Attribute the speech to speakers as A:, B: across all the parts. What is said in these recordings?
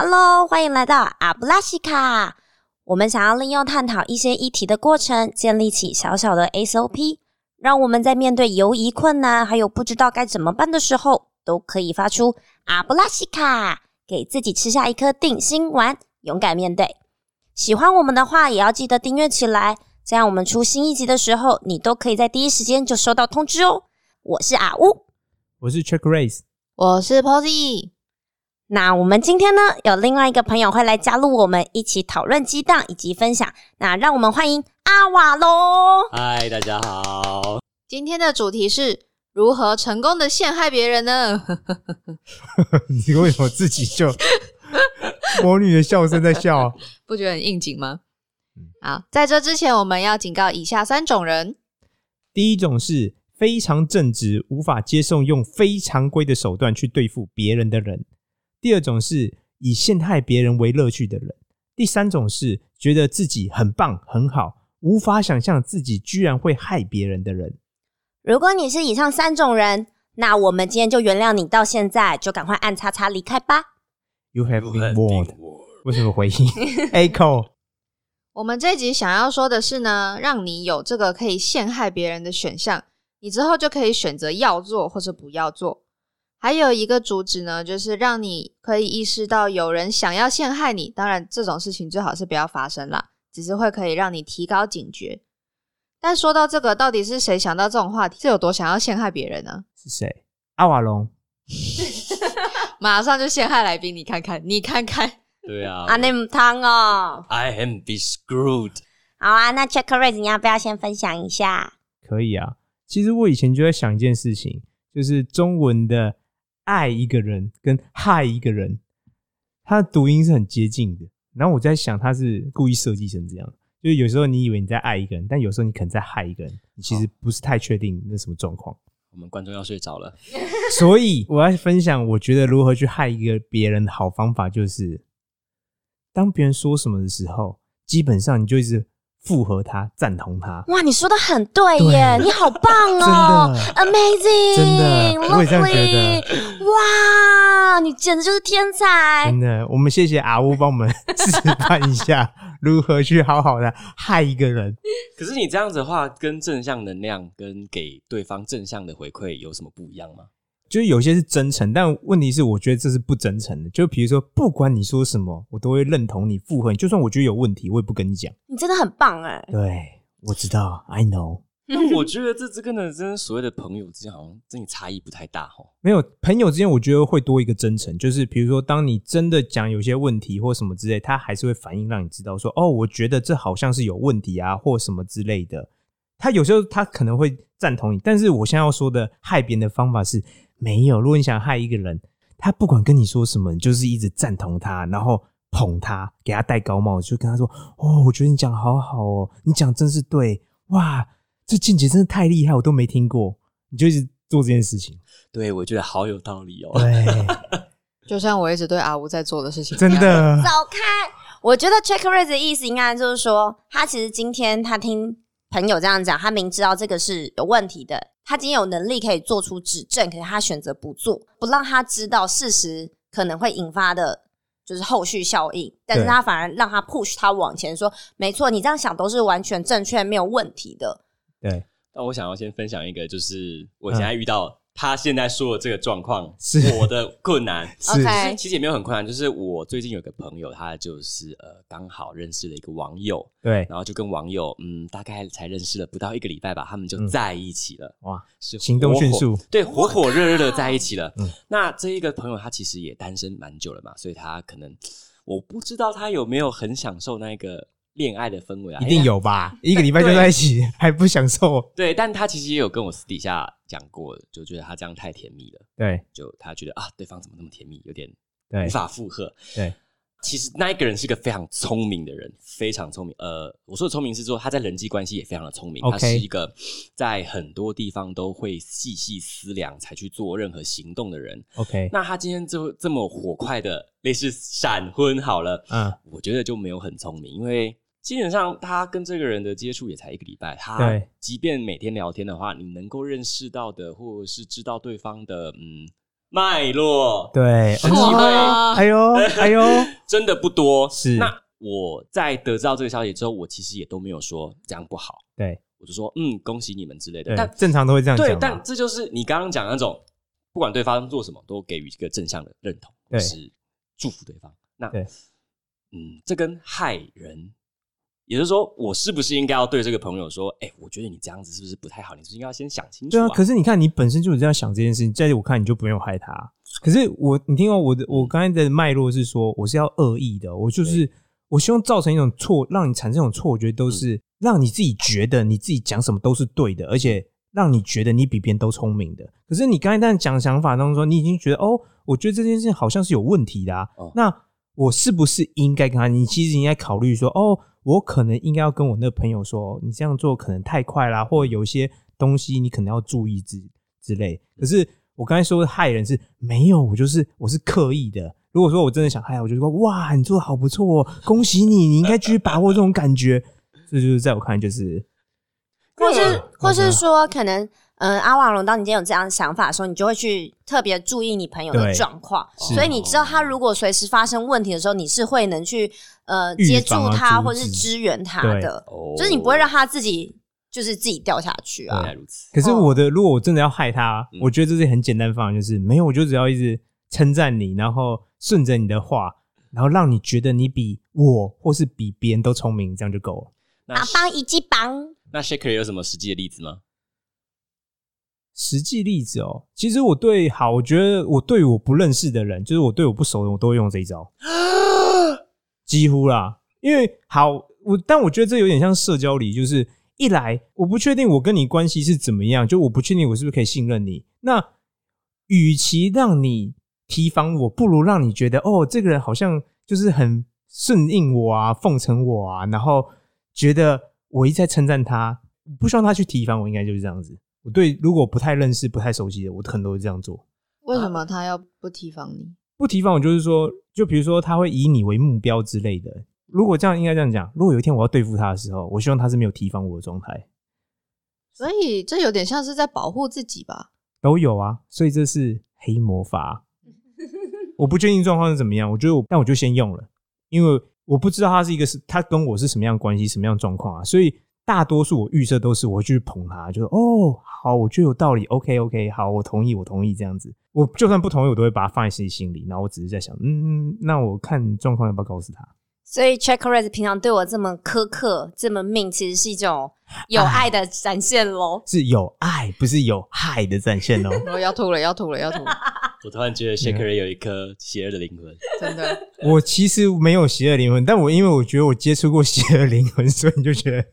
A: Hello，欢迎来到阿布拉西卡。我们想要利用探讨一些议题的过程，建立起小小的 SOP，让我们在面对犹疑、困难，还有不知道该怎么办的时候，都可以发出阿布拉西卡，给自己吃下一颗定心丸，勇敢面对。喜欢我们的话，也要记得订阅起来，这样我们出新一集的时候，你都可以在第一时间就收到通知哦。我是阿乌，
B: 我是 Check Race，
C: 我是 Posy，
A: 那我们今天呢，有另外一个朋友会来加入我们一起讨论激荡以及分享。那让我们欢迎阿瓦喽！
D: 嗨，大家好。
C: 今天的主题是如何成功的陷害别人呢？
B: 你为什么自己 就魔女的笑声在笑、啊？
C: 不觉得很应景吗
B: 嗯？
C: 好，在这之前，我们要警告以下三种人：
B: 第一种是非常正直，无法接受用非常规的手段去对付别人的人；第二种是以陷害别人为乐趣的人；第三种是觉得自己很棒很好，无法想象自己居然会害别人的人。
A: 如果你是以上三种人，那我们今天就原谅你到现在，就赶快按叉叉离开吧。
B: You have been warned。为什么 回应 Echo？
C: 我们这集想要说的是呢，让你有这个可以陷害别人的选项，你之后就可以选择要做或者不要做。还有一个主旨呢，就是让你可以意识到有人想要陷害你，当然这种事情最好是不要发生啦，只是会可以让你提高警觉。但说到这个，到底是谁想到这种话题，是有多想要陷害别人呢？
B: 是谁？阿瓦隆。
C: 马上就陷害来宾，你看看，你看看，
D: 对啊
A: 啊，那姆汤哦，
D: ，I am be screwed。
A: 好啊，那 Check Raise 你要不要先分享一下？
B: 可以啊。其实我以前就在想一件事情，就是中文的“爱一个人”跟“害一个人”，它的读音是很接近的。然后我在想，它是故意设计成这样，就是有时候你以为你在爱一个人，但有时候你可能在害一个人，你其实不是太确定那什么状况。
D: 我们观众要睡着了，
B: 所以我要分享，我觉得如何去害一个别人的好方法，就是当别人说什么的时候，基本上你就一直附和他、赞同他。
A: 哇，你说的很对耶，
B: 对
A: 你好棒哦
B: 真
A: ，Amazing，
B: 真的我也这样觉得
A: lovely，哇，你简直就是天才
B: 真。的，我们谢谢阿乌帮我们示范一下如何去好好的害一个 人。
D: 可是你这样子的话，跟正向能量跟给对方正向的回馈有什么不一样吗？
B: 就是有些是真诚，但问题是，我觉得这是不真诚的。就比如说，不管你说什么，我都会认同你、附和你。就算我觉得有问题，我也不跟你讲。
A: 你真的很棒哎！
B: 对，我知道，I know。
D: 那我觉得这这跟的真的所谓的朋友之间好像真的差异不太大哦。
B: 没有朋友之间，我觉得会多一个真诚，就是比如说，当你真的讲有些问题或什么之类，他还是会反应让你知道说，哦，我觉得这好像是有问题啊，或什么之类的。他有时候他可能会赞同你，但是我现在要说的害别人的方法是没有。如果你想害一个人，他不管跟你说什么，你就是一直赞同他，然后捧他，给他戴高帽，就跟他说，哦，我觉得你讲好好哦，你讲真是对，哇，这见解真的太厉害，我都没听过，你就一直做这件事情。
D: 对，我觉得好有道理哦。
B: 对，
C: 就像我一直对阿吴在做的事情一
B: 真
C: 样。
B: 的
A: 走开！我觉得 Check Raise 的意思应该就是说，他其实今天他听朋友这样讲，他明知道这个是有问题的，他今天有能力可以做出指正，可是他选择不做，不让他知道事实可能会引发的。就是后续效应，但是
B: 对
A: 他反而让他 push 他往前说，没错，你这样想都是完全正确，没有问题的。
B: 对，
D: 那我想要先分享一个，就是我现在遇到他现在说的这个状况，
B: 是
D: 我的困难。
B: 是
A: OK
D: 其实也没有很困难，就是我最近有个朋友，他就是呃刚好认识了一个网友，
B: 对，
D: 然后就跟网友，嗯，大概才认识了不到一个礼拜吧，他们就在一起了，
B: 嗯哇，
D: 是
B: 行动
D: 火火
B: 迅速，
D: 对，火火热热的在一起了。
B: 嗯
D: 那这一个朋友他其实也单身蛮久了嘛，所以他可能我不知道他有没有很享受那个恋爱的氛围啊，
B: 一定
D: 因为他。
B: 有吧？一个礼拜就在一起，还不享受？
D: 对，但他其实也有跟我私底下讲过，就觉得他这样太甜蜜了，
B: 对
D: 就他觉得啊，对方怎么那么甜蜜，有点
B: 对
D: 无法负荷。
B: 对，
D: 其实那一个人是个非常聪明的人，非常聪明。呃，我说的聪明是说他在人际关系也非常的聪明
B: OK
D: 他是一个在很多地方都会细细思量才去做任何行动的人。
B: ，OK，
D: 那他今天就这么火快的类似闪婚好了，
B: 嗯，
D: 我觉得就没有很聪明，因为基本上他跟这个人的接触也才一个礼拜，他
B: 对
D: 即便每天聊天的话，你能够认识到的或者是知道对方的嗯脉络，
B: 对，
D: 很机会
B: 哎呦哎呦，
D: 真的不多。
B: 是
D: 那我在得知到这个消息之后，我其实也都没有说这样不好，
B: 对
D: 我就说嗯，恭喜你们之类的。
B: 对
D: 但，
B: 正常都会这样
D: 对
B: 讲，
D: 但
B: 嘛，
D: 这就是你刚刚讲的那种，不管对方做什么，都给予一个正向的认同，
B: 对
D: 或是祝福对方。那
B: 对
D: 嗯，这跟害人，也就是说，我是不是应该要对这个朋友说，哎、我觉得你这样子是不是不太好？你是不是应该要先想清楚
B: 对啊。可
D: 是
B: 是你看，你本身就有这样想这件事情，在我看你就不用害他。可是我，你听哦，我的我刚才的脉络是说，我是要恶意的，我就是我希望造成一种错，让你产生一种错觉，都
D: 嗯
B: 是让你自己觉得你自己讲什么都是对的，而且让你觉得你比别人都聪明的。可是你刚才在讲想法当中，你已经觉得哦，我觉得这件事情好像是有问题的啊。
D: 哦
B: 那我是不是应该跟他？你其实应该考虑说，哦，我可能应该要跟我那个朋友说，你这样做可能太快啦，或者有一些东西你可能要注意之之类。可是我刚才说的害人是没有，我就是我是刻意的。如果说我真的想害，我就说哇，你做的好不错哦，恭喜你，你应该继续把握这种感觉。这就是在我看来就是
A: 或是或
B: 嗯
A: 是说，可能嗯，阿瓦隆，当你今天有这样的想法的时候，你就会去特别注意你朋友的
B: 对
A: 状况，
B: 是
A: 所以你知道他如果随时发生问题的时候，你是会能去呃
B: 预
A: 接住
B: 防啊
A: 他
B: 阻
A: 或是
B: 止
A: 支援他
B: 对
A: 的，
D: 哦
A: 就是你不会让他自己就是自己掉下去
D: 原
A: 啊。
D: 来如此，
B: 可是我的，如果我真的要害他，
D: 嗯
B: 我觉得这是很简单的方法，就是没有，我就只要一直称赞你，然后顺着你的话，然后让你觉得你比我或是比别人都聪明，这样就够了。
D: 那
A: 阿邦一击棒，
D: 那 Shaker 有什么实际的例子吗？
B: 实际例子哦，其实我对好，我觉得我对我不认识的人，就是我对我不熟的人，我都会用这一招，几乎啦。因为好，我但我觉得这有点像社交礼仪，就是一来我不确定我跟你关系是怎么样，就我不确定我是不是可以信任你。那与其让你提防我，不如让你觉得哦，这个人好像就是很顺应我啊，奉承我啊，然后觉得我一再称赞他，不希望他去提防我，应该就是这样子。我对如果不太认识、不太熟悉的，我可能都会这样做。
C: 为什么他要不提防你？
B: 不提防我就是说，就比如说他会以你为目标之类的。如果这样应该这样讲，如果有一天我要对付他的时候，我希望他是没有提防我的状态，
C: 所以这有点像是在保护自己吧？
B: 都有啊。所以这是黑魔法。啊我不确定状况是怎么样，我觉得我，但我就先用了，因为我不知道他是一个是他跟我是什么样的关系、什么样的状况啊，所以大多数我预设都是我会去捧他，就说哦好，我觉得有道理，OK OK，好，我同意，我同意这样子，我就算不同意，我都会把它放在自己心里，然后我只是在想，嗯，嗯那我看状况要不要告诉他，
A: 所以 Check Raise 平常对我这么苛刻、这么命，其实是一种有爱的展现喽。
B: 是有爱不是有害的展现哦，
C: 我要吐了，要吐了，要吐了！
D: 我突然觉得
B: 嗯
D: Shaker 有一颗邪恶的灵魂，
C: 真的，
B: 我其实没有邪恶灵魂，但我因为我觉得我接触过邪恶灵魂，所以你就觉得。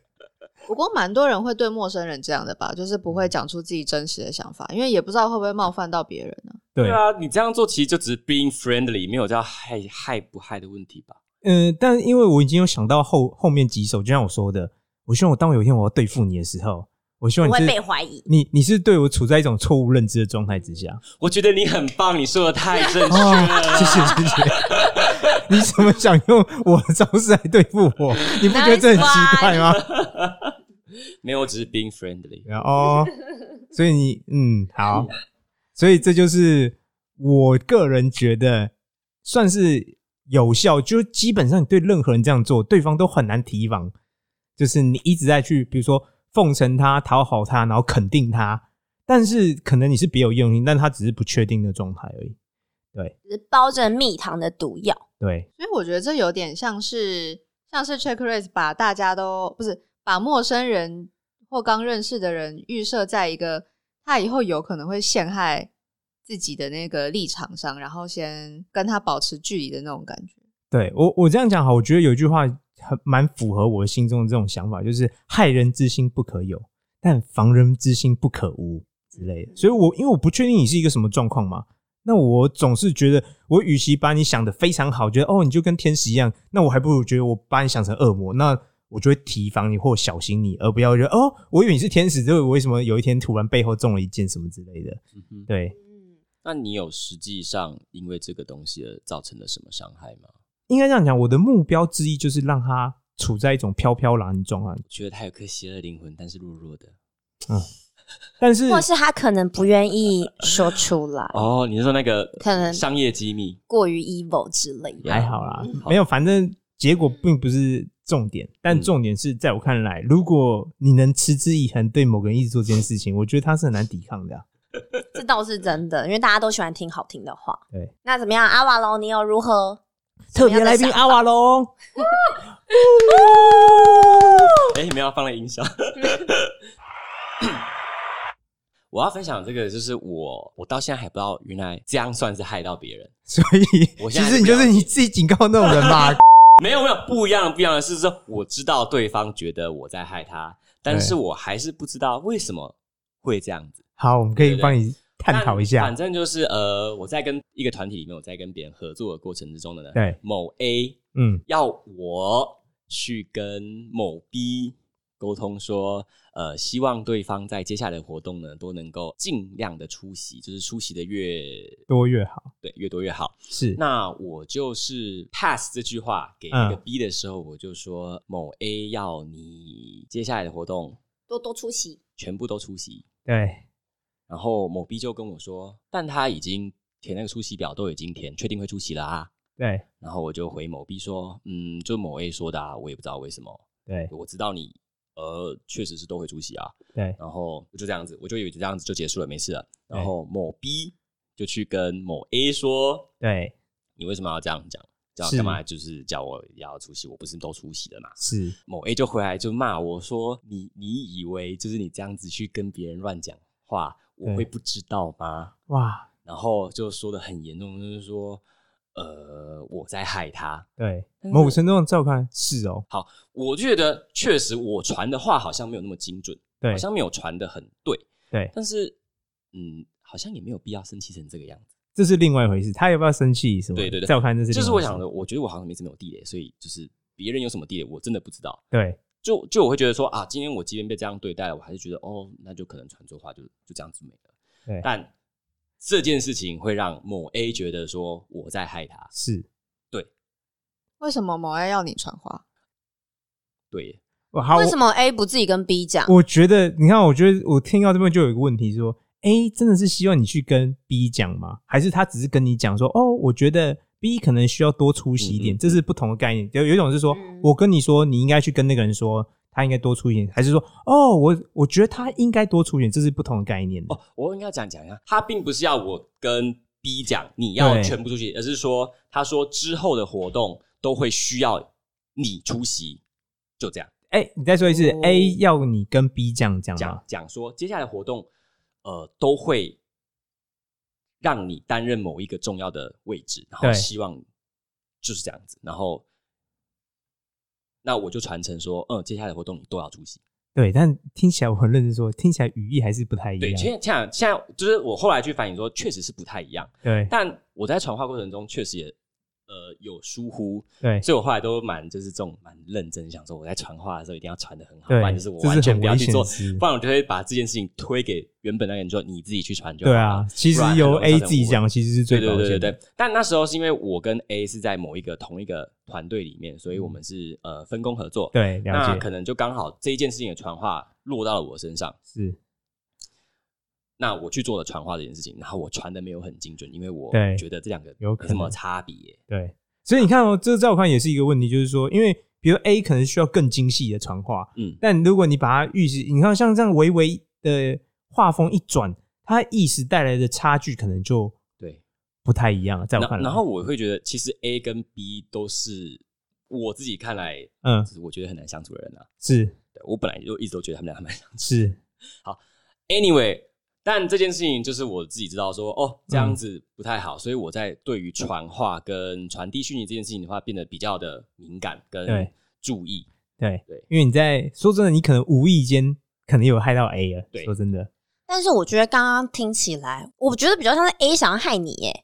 C: 不过蛮多人会对陌生人这样的吧，就是不会讲出自己真实的想法，因为也不知道会不会冒犯到别人呢、
B: 对
D: 啊，你这样做其实就只是 being friendly，没有叫害害不害的问题吧？
B: 嗯，但因为我已经有想到后后面几首，就像我说的，我希望我当有一天我要对付你的时候，我希望
A: 不
B: 你
A: 会
B: 是
A: 被怀疑，
B: 你你是对我处在一种错误认知的状态之下。
D: 我觉得你很棒，你说的太正确
B: 哦，
D: 了。
B: 谢谢谢谢。 你怎么想用我的招式来对付我？你不觉得这很奇怪吗？
D: 没有，我只是 being friendly。
B: 哦，所以你嗯好，所以这就是我个人觉得算是有效，就基本上你对任何人这样做，对方都很难提防。就是你一直在去，比如说奉承他、讨好他，然后肯定他，但是可能你是别有用心，但他只是不确定的状态而已。对
A: 只是包着蜜糖的毒药。
B: 对，
C: 所以我觉得这有点像是像是 check raise 把大家都不是把陌生人或刚认识的人预设在一个他以后有可能会陷害自己的那个立场上，然后先跟他保持距离的那种感觉。
B: 对我我这样讲好，我觉得有一句话很蛮符合我心中的这种想法，就是害人之心不可有，但防人之心不可无之类的。所以我因为我不确定你是一个什么状况嘛，那我总是觉得我与其把你想的非常好，觉得哦你就跟天使一样，那我还不如觉得我把你想成恶魔，那我就会提防你或小心你，而不要觉得哦我以为你是天使，就为什么有一天突然背后中了一箭什么之类的。
D: 嗯哼
B: 对，
D: 那你有实际上因为这个东西而造成了什么伤害吗？
B: 应该这样讲，我的目标之一就是让他处在一种飘飘然的状态。
D: 我觉得他有颗邪恶灵魂，但是弱弱的。
B: 嗯但是
A: 或是他可能不愿意说出来，
D: 哦，你是说那个
A: 可能
D: 商业机密？
A: 过于 evil 之类的。
B: 还好啦，
D: 嗯好
B: 没有，反正结果并不是重点，但
D: 嗯
B: 重点是在我看来，如果你能持之以恒对某个人一直做这件事情，我觉得他是很难抵抗的啊、
A: 这倒是真的，因为大家都喜欢听好听的话。
B: 对，
A: 那怎么样，阿瓦隆，你有如何？
B: 特别来宾阿瓦 隆，
D: 哎，你们要放了音效。 我要分享这个，就是我，我到现在还不知道，原来这样算是害到别人。
B: 所以
D: 我
B: 其
D: 现在
B: 实
D: 就
B: 你
D: 不
B: 就是
D: 了
B: 你
D: 解
B: 自己警告那种人 嘛。
D: 没有没有，不一样不一样的是说，我知道对方觉得我在害他，但是
B: 对
D: 我还是不知道为什么会这样子。
B: 好，我们可以帮你探
D: 但
B: 讨一
D: 反
B: 下。
D: 正就是呃，我在跟一个团体里面，我在跟别人合作的过程之中的呢，
B: 对，
D: 某 A
B: 嗯，
D: 要我去跟某 B 沟通说，呃，希望对方在接下来的活动呢，都能够尽量的出席，就是出席的越
B: 多越好，
D: 对越多越好。
B: 是
D: 那我就是 pass 这句话给那个
B: 嗯
D: B 的时候，我就说某 A 要你接下来的活动
A: 多多出席。
D: 全部都出席，
B: 对，
D: 然后某 B 就跟我说，但他已经填那个出席表都已经填，确定会出席了啊。
B: 对，
D: 然后我就回某 B 说，嗯，就某 A 说的啊，我也不知道为什么，
B: 对，
D: 我知道你呃确实是都会出席啊，
B: 对，
D: 然后就这样子，我就以为就这样子就结束了，没事了。
B: 对
D: 然后某 B 就去跟某 A 说，
B: 对，
D: 你为什么要这样讲？叫
B: 是
D: 干嘛？就是叫我要出席，我不是都出席了嘛？
B: 是，
D: 某 A 就回来就骂我说：“你你以为就是你这样子去跟别人乱讲话，我
B: 对
D: 会不知道吗
B: 哇，？”
D: 然后就说的很严重，就是说，呃，我在害他。
B: 对，
D: 嗯
B: 某程度上照看是哦，
D: 我觉得确实我传的话好像没有那么精准，
B: 对
D: 好，像没有传的很对，
B: 对，
D: 但是嗯，好像也没有必要生气成这个样子。
B: 这是另外一回事。他要不要生气什么？
D: 对对对
B: 在我看这是，
D: 就是我想，的，我觉得我好像没什么有地雷，所以就是别人有什么地雷，我真的不知道。
B: 对，
D: 就就我会觉得说啊，今天我即便被这样对待了，我还是觉得哦，那就可能传错话就就这样子没了。
B: 对
D: 但这件事情会让某 A 觉得说我在害他，
B: 是，
C: 为什么某 A 要你传话？
D: 对，
B: 我好，
A: 为什么 A 不自己跟 B 讲？
B: 我觉得，你看，我觉得我听到这边就有一个问题说，A 真的是希望你去跟 B 讲吗？还是他只是跟你讲说，哦，我觉得 B 可能需要多出席一点，
D: 嗯嗯
B: 这是不同的概念。有有一种是说，
A: 嗯
B: 我跟你说，你应该去跟那个人说，他应该多出一点，还是说，哦，我我觉得他应该多出一点，这是不同的概念的。
D: 哦，我应该讲讲一下，他并不是要我跟 B 讲你要
B: 对
D: 全部出席，而是说他说之后的活动都会需要你出席，就这样
B: 哎、你再说一次、
C: 哦
B: a 要你跟 B 讲讲吗
D: 讲？讲说接下来的活动呃都会让你担任某一个重要的位置，然后
B: 对
D: 希望就是这样子，然后。那我就传承说，嗯，接下来的活动你都要出席。
B: 对，但听起来我很认真说，听起来语义还是不太一
D: 对，
B: 样。
D: 现在现在现在就是我后来去反映说，确实是不太一样。
B: 对
D: 但我在传话过程中确实也呃有疏忽，
B: 对
D: 所以我后来都蛮就是这种蛮认真，想说我在传话的时候一定要传的很好，不
B: 对
D: 然就是我
B: 这是
D: 完全
B: 很
D: 不要
B: 危
D: 去
B: 险
D: 做
B: 的事，
D: 不然我就会把这件事情推给原本那个人说你自己去传就好
B: 对
D: 了
B: 啊，其实
D: 不然很
B: 由
D: 容易
B: A
D: 造成
B: 自己
D: 误会
B: 讲其实是最
D: 对
B: 保
D: 对
B: 险的。
D: 对对对，但那时候是因为我跟 A 是在某一个同一个团队里面，所以我们是呃分工合作。
B: 嗯对，
D: 那
B: 了
D: 可
B: 解
D: 能就刚好这一件事情的传话落到了我身上，
B: 是，
D: 那我去做了传话这件事情，然后我传的没有很精准，因为我
B: 对
D: 觉得这两个
B: 有
D: 没
B: 可
D: 什么
B: 能
D: 差别。
B: 对。所以你看哦，这在我看也是一个问题，就是说，因为比如 A 可能需要更精细的传话，
D: 嗯，
B: 但如果你把它意识，你看像这样微微的画风一转，它意识带来的差距可能就
D: 对。
B: 不太一样了。嗯在我
D: 然
B: 看来，
D: 然后我会觉得，其实 A 跟 B 都是我自己看来，
B: 嗯
D: 就是我觉得很难相处的人啊。
B: 是
D: 对我本来就一直都觉得他们俩蛮相处。
B: 是
D: Anyway，但这件事情就是我自己知道说，哦，这
B: 嗯
D: 样子不太好，所以我在对于传话跟传递讯息这件事情的话，变得比较的敏感跟
B: 对
D: 注意。
B: 对
D: 对
B: 因为你在说真的，你可能无意间可能有害到 A 了。
D: 对
B: 说真的，
A: 但是我觉得刚刚听起来，我觉得比较像是 A 想要害你耶。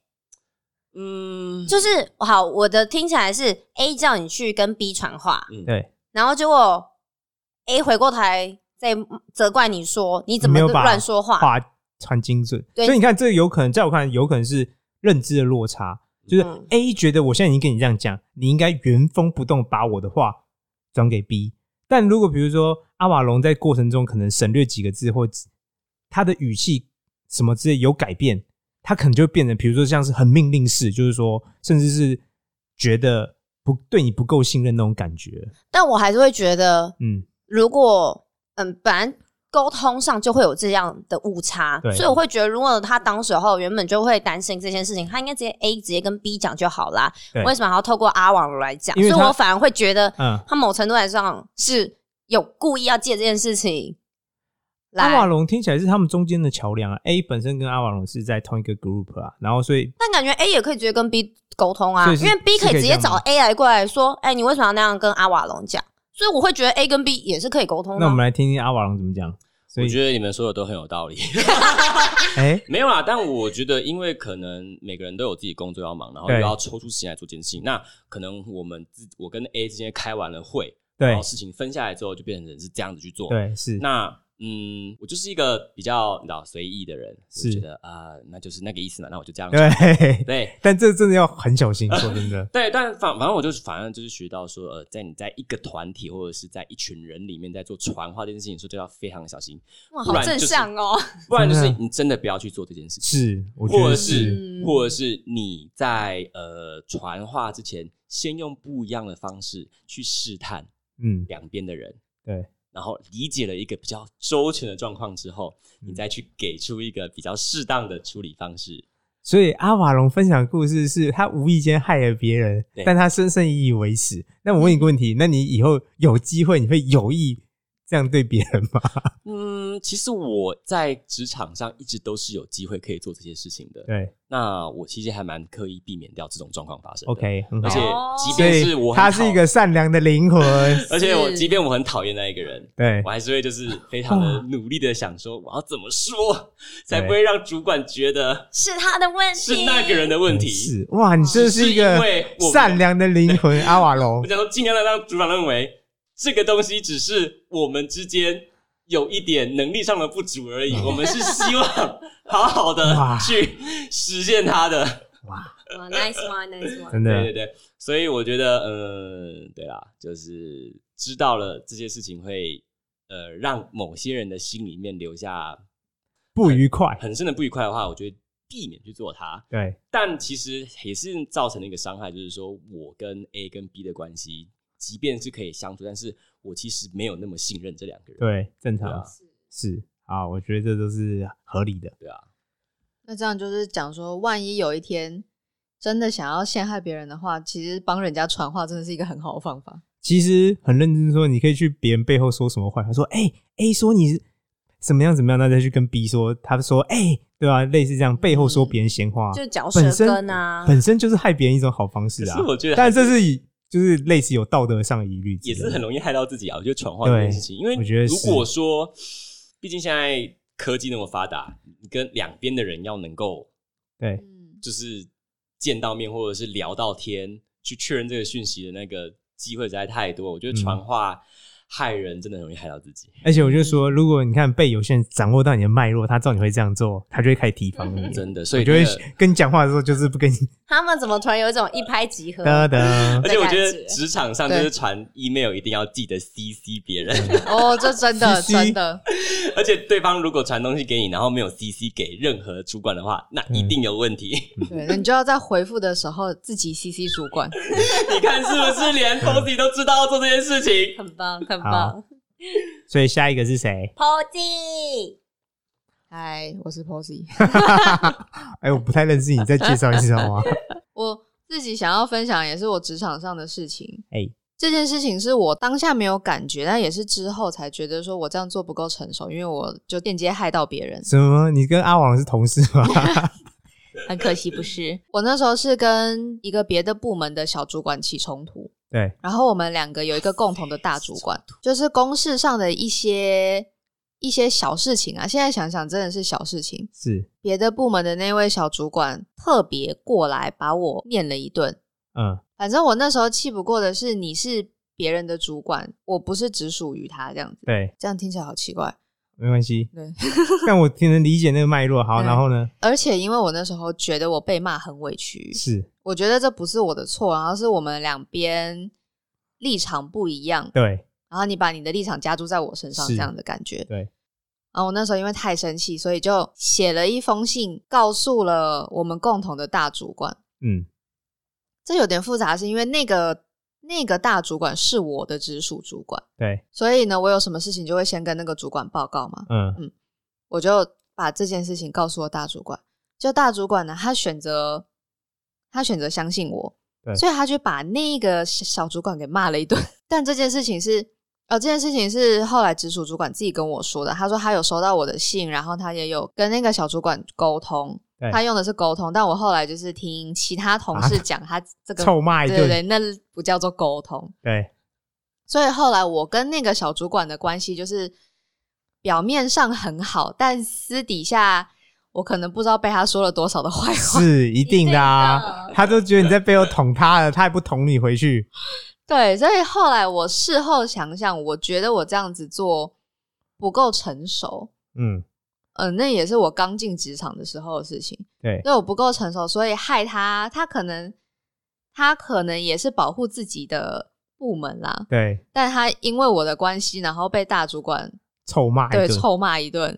D: 嗯，
A: 就是好，我的听起来是 A 叫你去跟 B 传话，
D: 嗯
B: 对
A: 然后结果 A 回过头来在责怪你说你怎么
B: 没有把
A: 乱说话，
B: 话传精准。
A: 对
B: 所以你看，这有可能，在我看，来，有可能是认知的落差，就是
A: 嗯
B: A 觉得我现在已经跟你这样讲，你应该原封不动把我的话转给 B。但如果比如说阿瓦隆在过程中可能省略几个字或他的语气什么之类有改变，他可能就会变成，比如说像是很命令式，就是说，甚至是觉得不对你不够信任那种感觉。
A: 但我还是会觉得，
B: 嗯，
A: 如果嗯，本来沟通上就会有这样的误差，
B: 对
A: 所以我会觉得，如果他当时候原本就会担心这件事情，他应该直接 A 直接跟 B 讲就好啦
B: 对。
A: 为什么还要透过阿网来讲？
B: 因
A: 所
B: 为
A: 以
B: 他
A: 我反而会觉得，
B: 嗯
A: 他某程度来上是有故意要借这件事情
B: 阿瓦
A: 来，
B: 隆听起来是他们中间的桥梁啊。A 本身跟阿瓦隆是在同一个 group 啊，然后所以
A: 但感觉 A 也可以直接跟 B 沟通啊，
B: 所以是
A: 因为 B 可以直接
B: 是可以这样
A: 找
B: 吗
A: A 来过来说，哎、你为什么要那样跟阿瓦隆讲？所以我会觉得 A 跟 B 也是可以沟通的
B: 那
A: 啊、
B: 我们来听听阿瓦隆怎么讲。所
D: 我
B: 以，
D: 觉得你们说的都很有道理。
B: 哎、
D: 没有啦，但我觉得，因为可能每个人都有自己工作要忙，然后又
B: 对
D: 要抽出时间来做这件事情。那可能我们自我跟 A 之间开完了会，然
B: 对
D: 后事情分下来之后，就变成是这样子去做。，
B: 对是，
D: 那嗯，我就是一个比较你知道随意的人，
B: 是
D: 我觉得啊、那就是那个意思嘛，那我就这样讲。
B: 对，
D: 对
B: 但这真的要很小心，说真 的。
D: 对，但反反正我就是反正就是学到说，呃，在你在一个团体或者是在一群人里面在做传话这件事情的时候，就要非常小心，
A: 哇，
D: 不
A: 好
D: 然
A: 正
D: 就是
A: 向哦、
D: 不然就是
B: 真的
D: 你真的不要去做这件事情。
B: 是，我觉得
D: 或者
B: 是，
D: 是
A: 嗯
D: 或者是你在呃传话之前，先用不一样的方式去试探
B: 嗯，
D: 两边的人，
B: 对，
D: 然后理解了一个比较周全的状况之后，
B: 嗯
D: 你再去给出一个比较适当的处理方式。
B: 所以阿瓦隆分享的故事是他无意间害了别人
D: 对，嗯
B: 但他深深以以为耻。那我问一个问题，那你以后有机会你会有意这样对别人吗？
D: 嗯，其实我在职场上一直都是有机会可以做这些事情的。
B: 对
D: 那我其实还蛮刻意避免掉这种状况发生的。
B: ，OK，很
D: 而
B: 好
D: 且。
A: 哦
D: 即
B: 所
D: 便
B: 以
D: 是我很
B: 他是
D: 讨
B: 一个，善良的灵 魂，
D: 而且我
A: 是
D: 即便我很讨厌那一个人，
B: 对
D: 我还是会就是非常
B: 哦
D: 的努力的想说，我要怎么说才不会让主管觉得
A: 是他的问题，
D: 是那个人的问题？
B: 哦是哇，你真的是一个
D: 只是因为我们
B: 善良的灵 魂，阿瓦隆
D: 我。想说，尽量的让主管认为这个东西只是我们之间有一点能力上的不足而已，我们是希望好好的
B: 哇
D: 去实现它的。
B: 哇，
A: 哇，nice one，nice one。
B: 真
D: 对对
B: 的，
D: 对，所以我觉得，嗯，对啦，就是知道了这些事情会，呃，让某些人的心里面留下
B: 不愉快，
D: 很深的不愉快的话，我就会避免去做它。
B: 对，
D: 但其实也是造成了一个伤害，就是说我跟 A 跟 B 的关系，即便是可以相处，但是我其实没有那么信任这两个人。
B: 对，正
D: 对
B: 常
D: 啊
B: 是啊，我觉得这都是合理的。
D: 对啊，
C: 那这样就是讲说，万一有一天真的想要陷害别人的话，其实帮人家传话真的是一个很好的方法。
B: 其实很认真说，你可以去别人背后说什么坏话，说哎、A 说你是怎么样怎么样，那再去跟 B 说，他说哎、对吧、类似这样背后说别人闲
C: 嗯
B: 话，
A: 就是嚼舌
B: 本身
A: 根啊，
B: 本身就是害别人一种好方式啊
D: 嗯可是。我觉得还
B: 但
D: 是
B: 这是以就是类似有道德上的疑虑之
D: 也
B: 类的，
D: 是很容易害到自己啊。我觉得传话这件事情，因为
B: 我觉得
D: 如
B: 是
D: 果说，毕竟现在科技那么发达，你跟两边的人要能够
B: 对
C: 嗯，
D: 就是见到面或者是聊到天，去确认这个讯息的那个机会实在太多。我觉得
B: 嗯
D: 传话害人真的很容易害到自己，
B: 而且我就说，如果你看被有些人掌握到你的脉络，他知道你会这样做，他就会开始提防你。
D: 嗯真的。所
B: 我
D: 以
B: 就会
D: 那个
B: 跟你讲话的时候，就是不跟你
A: 他们怎么突然有一种一拍即合？
B: 哒哒
D: 而。且我觉
A: 的感
D: 得
A: 觉
D: 职场上就是传 email 一定要记得 CC 别人，
C: 哦，这真的
B: 嘻嘻
C: 真的，
D: 而且对方如果传东西给你，然后没有 CC 给任何主管的话，那一定有问题。
B: 嗯
C: 对，那你就要在回复的时候自己 CC 主管，
D: 你看是不是
B: 嗯
D: 连 Posy 都知道要做这件事情？
A: 很棒，很棒。
B: 所以下一个是谁？
A: Posy，
C: 嗨，我是 Posy。
B: 哎，我不太认识你，再介绍一下好吗？
C: 我自己想要分享也是我职场上的事情。
B: 哎
C: 这件事情是我当下没有感觉，但也是之后才觉得说我这样做不够成熟，因为我就间接害到别人，
B: 什么？你跟阿王是同事吗？
C: 很可惜不是。我那时候是跟一个别的部门的小主管起冲突，
B: 对，
C: 然后我们两个有一个共同的大主管，就是公事上的一些一些小事情啊。现在想想真的是小事情，
B: 是，
C: 别的部门的那位小主管特别过来把我念了一顿，
B: 嗯，
C: 反正我那时候气不过的是，你是别人的主管，我不是直属于他这样子。
B: 对，
C: 这样听起来好奇怪，
B: 没关系。
C: 对。
B: 但我挺能理解那个脉络。好，
C: 嗯
B: 然后呢？
C: 而且因为我那时候觉得我被骂很委屈，
B: 是
C: 我觉得这不是我的错，然后是我们两边立场不一样，
B: 对，
C: 然后你把你的立场加注在我身上
B: 是
C: 这样的感觉。
B: 对，
C: 啊、我那时候因为太生气，所以就写了一封信，告诉了我们共同的大主管。
B: 嗯，
C: 这有点复杂，是因为那个那个大主管是我的直属主管，
B: 对，
C: 所以呢，我有什么事情就会先跟那个主管报告嘛。
B: 嗯
C: 我就把这件事情告诉了大主管。就大主管呢，他选择他选择相信我
B: 对，
C: 所以他就把那个小小主管给骂了一顿。 但这件事情是，呃，这件事情是后来直属主管自己跟我说的。他说他有收到我的信，然后他也有跟那个小主管沟通
B: 对。啊
C: 他用的是沟通，但我后来就是听其他同事讲，他这个、
B: 臭骂一
C: 对对
B: 顿，
C: 对，那不叫做沟通。
B: 对
C: 所以后来我跟那个小主管的关系就是表面上很好，但私底下我可能不知道被他说了多少的坏话。
B: 是一定的
C: 一
B: 啊
C: 定。的
B: 他都觉得你在背后捅他了，他也不捅你回去。
C: 对，所以后来我事后想想，我觉得我这样子做不够成熟。
B: 嗯，
C: 嗯、那也是我刚进职场的时候的事情，
B: 对，
C: 所以我不够成熟，所以害他，他可能他可能也是保护自己的部门啦，
B: 对，
C: 但他因为我的关系，然后被大主管
B: 臭骂一
C: 对，
B: 顿。
C: 臭骂一顿。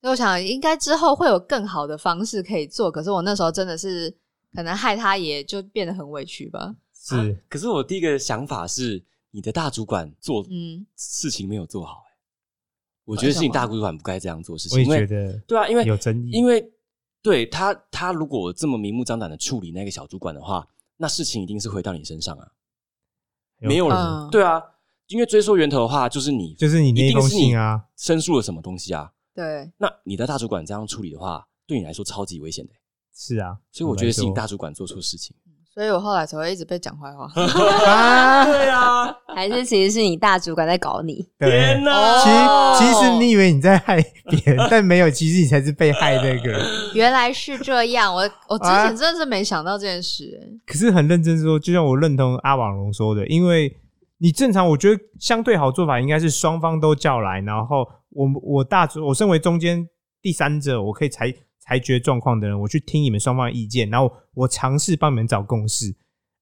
C: 所以我想，应该之后会有更好的方式可以做。可是我那时候真的是，可能害他也就变得很委屈吧。
B: 是，
D: 可是我第一个想法是，你的大主管做
C: 嗯，
D: 事情没有做好、欸，我觉得是你大主管不该这样做事
B: 我
D: 情，
B: 也
D: 因为
B: 觉得
D: 对啊，因为
B: 有争议，
D: 因为对他他如果这么明目张胆的处理那个小主管的话，那事情一定是回到你身上啊，没有人、
C: 嗯
D: 对啊，因为追溯源头的话，就是你
B: 就是你那
D: 一定
B: 封
D: 是你
B: 信啊，
D: 申诉了什么东西啊？
C: 对，
D: 那你的大主管这样处理的话，对你来说超级危险的欸、
B: 是啊，
D: 所以我觉得是你
B: 坦白
D: 大主管做错事情。
C: 所以我后来才会一直被讲坏 话。
B: 说啊，
D: 啊，
A: 还是其实是你大主管在搞你？
B: 对。
C: 哪
B: 其
C: 哦
B: 实，其实你以为你在害别人，但没有，其实你才是被害那个人。
C: 原来是这 样，我我之
B: 啊
C: 前真的是没想到这件事。欸
B: 可是很认真说，就像我认同阿网龙说的，因为你正常，我觉得相对好做法应该是双方都叫来，然后我我大主我身为中间第三者，我可以裁裁决状况的人，我去听你们双方的意见，然后我尝试帮你们找共识，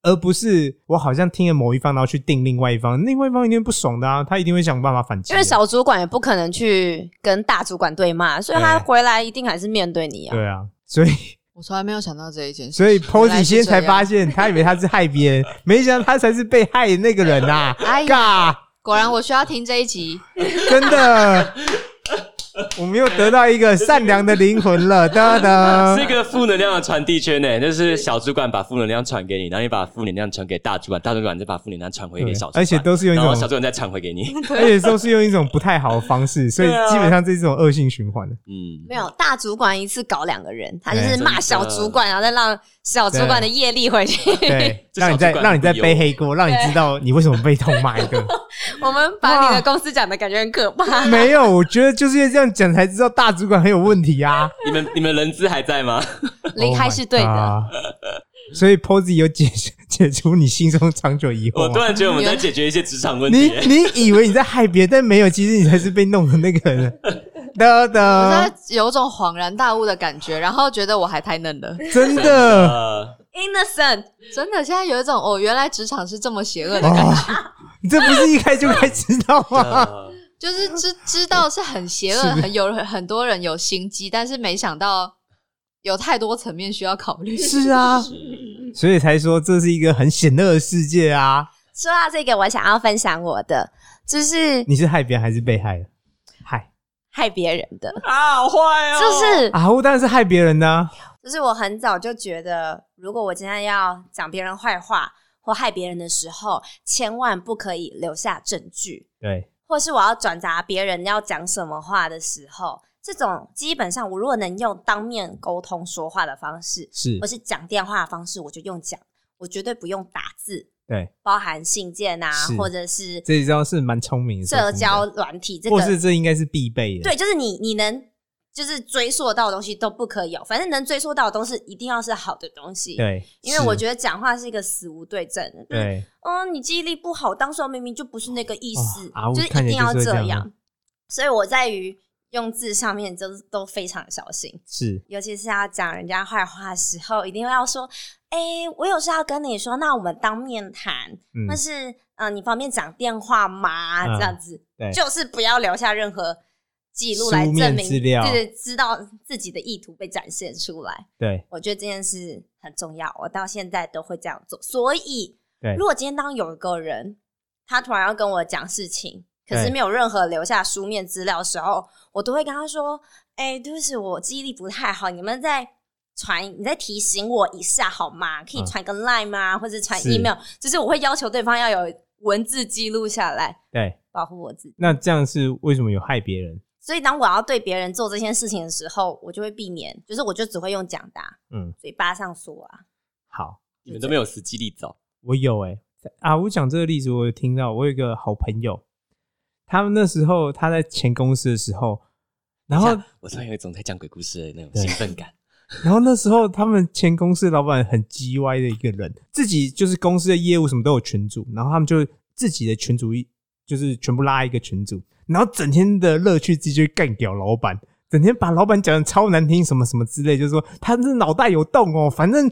B: 而不是我好像听了某一方，然后去定另外一方，另外一方一定不爽的啊，他一定会想办法反击啊
A: 因
B: 的。
A: 为小主管也不可能去跟大主管对骂，所以他
B: 对
A: 回来一定还是面对你啊。
B: 对啊，所以
C: 我从来没有想到这一件事。
B: 所以 Posy
C: 原来是
B: 先才
C: 这样
B: 发现，他以为他是害别人，没想到他才是被害的那个人呐、 啊！
C: 哎呀
B: 尬。
C: 果然我需要听这 一集。
B: 真的，我们又得到一个善良的灵魂 了，哒哒
D: 是一。个负能量的传递圈呢、欸就是小主管把负能量传给你，然后你把负能量传给大主管，大主管再把负能量传回给小主管，
B: 而且都是用一
D: 然后
B: 种
D: 小主管再传回给 你。
B: 而且都是用一种不太好的方式，所以
D: 对啊
B: 基本上这是一种恶性循环 的。
D: 嗯，
A: 没有大主管一次搞两个人，他就
B: 哎
A: 是骂小主管，然后再让小主管的业力回去。
B: 对，
D: 至少
B: 让你再
D: 主管
B: 让你再
D: 不
B: 背
D: 油
B: 黑锅，让你知道你为什么被痛骂一顿。
A: 我们把你的公司讲的感觉很可怕。
B: 没有，我觉得就是因为这样讲才知道大主管很有问题 啊。
D: 你们你们人资还在吗？
A: 离开是对
B: Oh
A: 的，
B: my god 所以 Posy 有解 解除你心中长久疑
D: 我
B: 惑
D: 突
B: 吗。
D: 然觉得我们在解决一些职场问
B: 你
D: 题、欸
B: 你以为你在害别人，但没有，其实你才是被弄的那个 人。哒
C: 我
B: 哒
C: 现，在有种恍然大悟的感觉，然后觉得我还太嫩了，
B: 真的。啊
D: 呃，
A: innocent，
C: 真的，现在有一种哦，原来职场是这么邪恶的感觉。
B: 哦，你这不是一开就该知道吗？
D: 呃
C: 就是知知道是很邪恶，
B: 是不是
C: 很有很多人有心机，但是没想到有太多层面需要考虑。
B: 是啊，所以才说这是一个很险恶的世界啊！
A: 说到这个，我想要分享我的，就是
B: 你是害别人还是被害的？害
A: 害别人的，
D: 啊，好坏哦，
A: 就是
B: 啊！我当然是害别人的啊、
A: 就是我很早就觉得，如果我今天要讲别人坏话或害别人的时候，千万不可以留下证据，
B: 对，
A: 或是我要转达别人要讲什么话的时候，这种基本上我如果能用当面沟通说话的方式，
B: 是
A: 或，是讲电话的方式，我就用讲，我绝对不用打字，
B: 对，
A: 包含信件啊
B: 是，
A: 或者是
B: 这一招是蛮聪明的，
A: 社交，软体这
B: 或是
A: 个，
B: 这应该是必备的。
A: 对，就是你你能。就是追溯到的东西都不可以有，反正能追溯到的东西一定要是好的东西。
B: 对，
A: 因为我
B: 得
A: 觉得讲话是一个死无对证。，
B: 对，
A: 嗯，你记忆力不好，当时候明明就不是那个意思，
B: 哦啊我
A: 就是
B: 看
A: 一
B: 起
A: 定
B: 来
A: 要
B: 就是会这样
A: 样。所以我在于用字上面就是都非常小心，
B: 是
A: 尤其是要讲人家坏话的时候，一定要说：“哎、我有事要跟你说，那我们当面谈，
B: 嗯
A: 或是嗯、呃你方便讲电话吗？”
B: 嗯
A: 这样子
B: 对，
A: 就是不要留下任何记录来证
B: 书
A: 明，
B: 面资料
A: 对对，知道自己的意图被展现出来。
B: 对
A: 我觉得这件事很重要，我到现在都会这样做。所以，
B: 对
A: 如果今天当有一个人他突然要跟我讲事情，可是
B: 对
A: 没有任何留下书面资料的时候，我都会跟他说：“哎、对不起，我记忆力不太好，你们在。”传你再提醒我一下好吗？可以
B: 嗯
A: 传个 line 吗？或者传
B: 是
A: email？就是我会要求对方要有文字记录下来，
B: 对，
A: 保护我自己。
B: 那这样是为什么有害别人？
A: 所以当我要对别人做这件事情的时候，我就会避免，就是我就只会用讲的啊、
B: 嗯，
A: 嘴巴上说啊。
B: 好，
D: 你们都没有实际例子哦。
B: 我有哎、啊，我讲这个例子，我有听到，我有一个好朋友，他们那时候他在前公司的时候，然后
D: 等一下我突然有一种在讲鬼故事的那种
B: 对
D: 兴奋感。
B: 然后那时候他们前公司老板很叽歪的一个人，自己就是公司的业务什么都有群组，然后他们就自己的群组一就是全部拉一个群组，然后整天的乐趣自己就干掉老板，整天把老板讲的超难听什么什么之类，就是说他这脑袋有洞哦，反正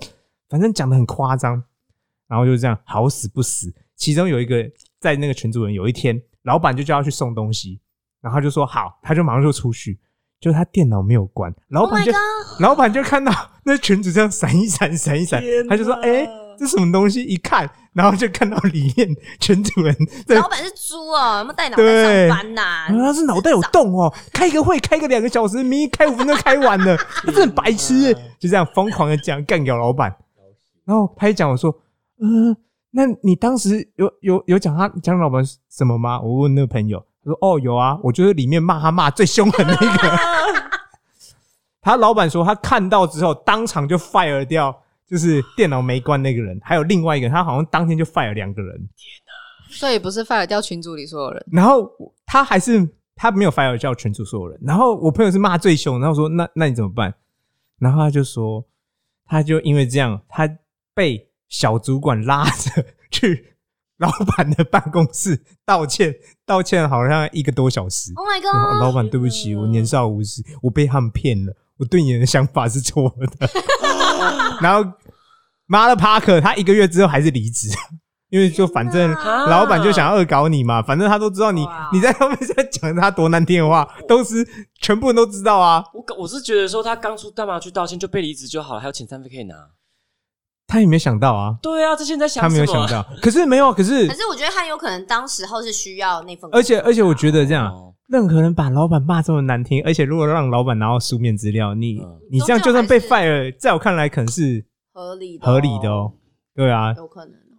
B: 反正讲的很夸张，然后就这样好死不死，其中有一个在那个群组人有一天，老板就叫他去送东西，然后他就说好，他就马上就出去。就是他电脑没有关，老
A: Oh
B: 板
A: my
B: 就
A: god！
B: 老板就看到那裙子这样闪一闪、闪一闪
D: 天，哪
B: 他就说：“哎、这什么东西？”一看，然后就看到里面 全主人在
A: 老，板是猪哦，有没有带脑袋上班呐、
B: 啊他是脑袋有洞哦，开个会开个两个小时，明明开五分钟开完了，他真的很白痴，欸就这样疯狂的讲干掉老板。然后他一讲，我说：“嗯，那你当时有有有讲他讲老板什么吗？”我问那个朋友，他说：“哦，有啊，我就是里面骂他骂最凶狠那个。”他老板说他看到之后当场就 fire 掉，就是电脑没关那个人，还有另外一个人，他好像当天就 fire 两个人。
C: 所以不是 fire 掉群组里所有人，
B: 然后他还是他没有 fire 掉全组所有人。然后我朋友是骂最凶，然后说那那你怎么办？然后他就说，他就因为这样，他被小主管拉着去老板的办公室道歉，道歉好像一个多小时。
A: Oh my
B: 然后
A: god！
B: 老板，对不起，我年少无知，我被他们骗了，我对你的想法是错的。 然后妈的帕克，他一个月之后还是离职，因为就反正
A: 啊
B: 老板就想要恶搞你嘛，反正他都知道你
A: 哇
B: 你在他们在讲他多难听的话，都是全部人都知道啊。
D: 我我是觉得说他当初干嘛去道歉就被离职就好了，还有遣散费可以拿。
B: 他也没想到啊，
D: 对啊，这现在想
B: 他没有
D: 什么
B: 想
D: 啊。
B: 到，可是没有，可是
A: 可是我觉得他有可能当时候是需要那份工作，
B: 而且而且我觉得这样。
D: 哦
B: 任何人把老板骂这么难听，而且如果让老板拿到书面资料，你、
D: 嗯
B: 你这样就算被
A: 终究还
B: fire，在我看来可能是
A: 合理的
B: 合理的哦。对啊，
A: 有可能哦。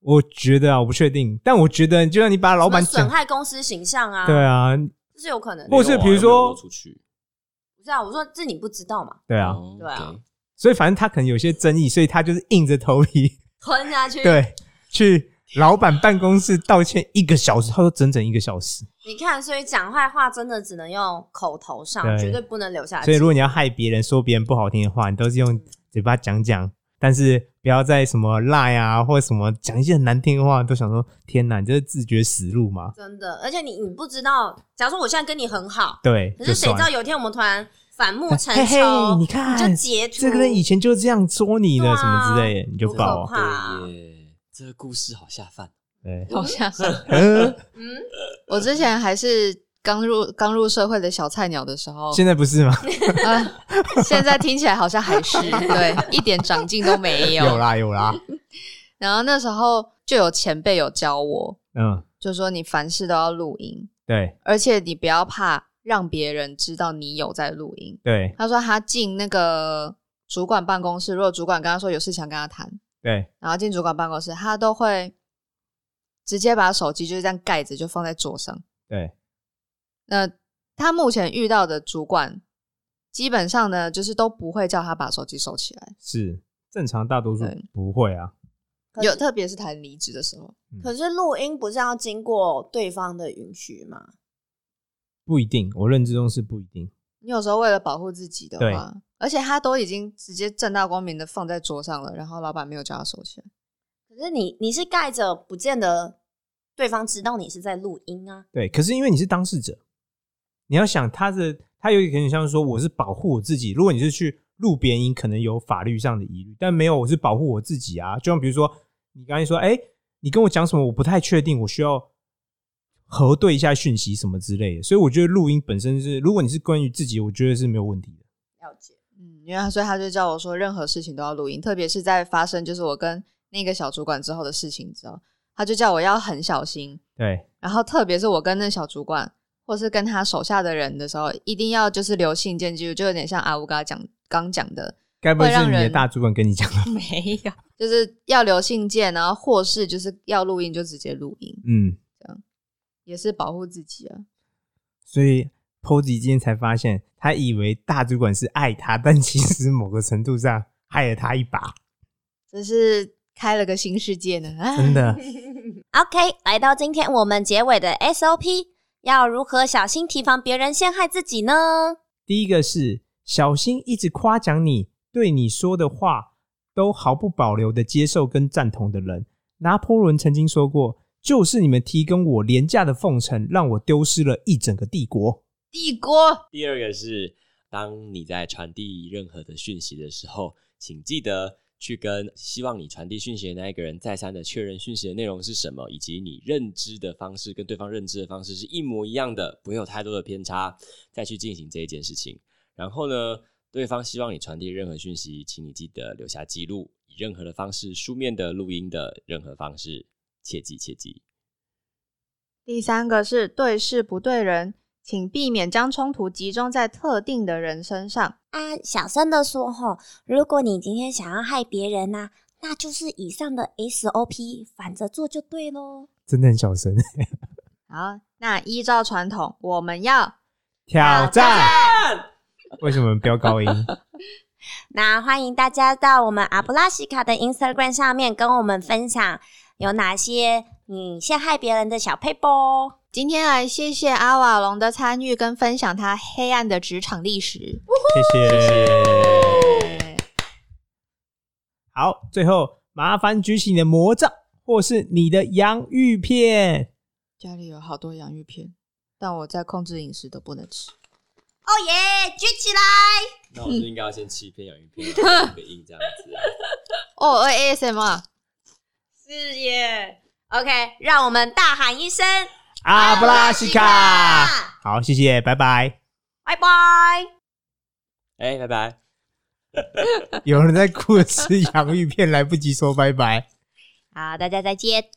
B: 我觉得啊，我不确定，但我觉得就算你把老板
A: 什么
B: 讲
A: 损，害公司形象啊，
B: 对，啊，
A: 这是有可能的。
B: 或是
D: 没有啊
B: 比如说
D: 又没有出去，
A: 不是啊，我说这你不知道嘛，
B: 对啊，
D: 哦
A: 对啊
D: OK
B: 所以反正他可能有些争议，所以他就是硬着头皮，
A: 吞下去。，
B: 对，去老板办公室道歉一个小时，他说整整一个小时。
A: 你看，所以讲坏话真的只能用口头上，
B: 对
A: 绝对不能留下
B: 所以
A: 记
B: 如
A: 录。
B: 果你要害别人，说别人不好听的话，你都是用嘴巴讲讲，但是不要在什么赖啊或者什么讲一些很难听的话，都想说天哪，你这是自绝死路吗？
A: 真的，而且你你不知道，假如说我现在跟你很好，
B: 对，
A: 可是谁
B: 就
A: 知道
B: 算
A: 有一天我们突然反目成
B: 嘿嘿
A: 仇，
B: 你看
A: 就截图
B: 这个人以前就这样说你
A: 对
B: 的
A: 啊
B: 什么之类的，你就
A: 不可
B: 爆啊。
A: 怕。
D: 对耶，这个故事好下饭。
B: 对，
C: 好像是。
B: 呃，
A: 嗯，
C: 我之前还是刚入刚入社会的小菜鸟的时候，
B: 现在不是吗？
C: 啊，现在听起来好像还是对，一点长进都没 有。
B: 有啦 有啦，
C: 然后那时候就有前辈有教我，
B: 嗯，
C: 就说你凡事都要录音，
B: 对
C: 而且你不要怕让别人知道你有在录音。
B: 对
C: 他说他进那个主管办公室，如果主管跟他说有事想跟他谈，
B: 对，
C: 然后进主管办公室，他都会直接把手机就是这样盖着就放在桌上。
B: 对，
C: 那他目前遇到的主管，基本上呢，就是都不会叫他把手机收起来。
B: 是正常，大多数
C: 对
B: 不会啊。
A: 可是
C: 有，特别是谈离职的时候，
A: 可是录音不是要经过对方的允许吗？
B: 不一定，我认知中是不一定。
C: 你有时候为了保护自己的
B: 对
C: 话，而且他都已经直接正大光明的放在桌上了，然后老板没有叫他收起来，
A: 可是你你是盖着，不见得对方知道你是在录音啊。
B: 对，可是因为你是当事者，你要想他的，他有点像是说我是保护我自己。如果你是去录别人音，可能有法律上的疑虑，但没有，我是保护我自己啊。就像比如说，你刚才说，哎、你跟我讲什么，我不太确定，我需要核对一下讯息什么之类的。所以我觉得录音本身是，如果你是关于自己，我觉得是没有问题的。
C: 了解，嗯，因为他所以他就叫我说，任何事情都要录音，特别是在发生就是我跟那个小主管之后的事情之后，他就叫我要很小心，
B: 对，
C: 然后特别是我跟那小主管或是跟他手下的人的时候，一定要就是留信件记录，就有点像阿乌刚讲刚讲 的，
B: 该不会
C: 会
B: 是
C: 让
B: 你的
C: 人
B: 大主管跟你讲的？
C: 没有，就是要留信件，然后或是就是要录音就直接录音，
B: 嗯，
C: 也是保护自己啊。
B: 所以 Posy 今天才发现，他以为大主管是爱他，但其实某个程度上害了他一把。
C: 这是开了个新世界呢，啊
B: 真 的，
A: OK，来到今天我们结尾的 SOP，要如何小心提防别人陷害自己呢？
B: 第一个是小心一直夸奖你，对你说的话都毫不保留的接受跟赞同的人。拿破仑曾经说过：“就是你们提供我廉价的奉承，让我丢失了一整个帝国。
C: 帝国
D: 第二个是，当你在传递任何的讯息的时候，请记得去跟希望你传递讯息的那一个人再三的确认讯息的内容是什么，以及你认知的方式跟对方认知的方式是一模一样的，不会有太多的偏差，再去进行这一件事情。然后呢，对方希望你传递任何讯息，请你记得留下记录，以任何的方式，书面的、录音的任何方式，切记切记。
C: 第三个是对事不对人，请避免将冲突集中在特定的人身上。
A: 啊，小声的说吼，如果你今天想要害别人呐、那就是以上的 SOP 反着做就对喽。”
B: 真的很小 声，
C: 好，那依照传统，我们要
B: 挑战。为什么飙 高音？
A: 那欢迎大家到我们阿布拉西卡的 Instagram 上面跟我们分享有哪些你陷害别人的小哦 p a
C: 今天来谢谢阿瓦隆的参与跟分享他黑暗的职场历史。
B: 谢谢。
C: 对
B: 好，最后麻烦举起你的魔杖或是你的洋芋片。
C: 家里有好多洋芋片，但我在控制饮食都不能吃。
A: 哦耶，举起来！
D: 那我就应该要先吃一片洋芋片，然后录个音这样子、啊。
C: 哦呃，ASMR，
A: 是耶。OK，让我们大喊一声，
B: 阿布拉西卡
A: 阿布拉西，
B: 好，谢谢，拜拜。
A: 拜拜。
D: 哎、拜拜。
B: 有人在哭着吃洋芋片，来不及说拜拜。
A: 好，大家再见。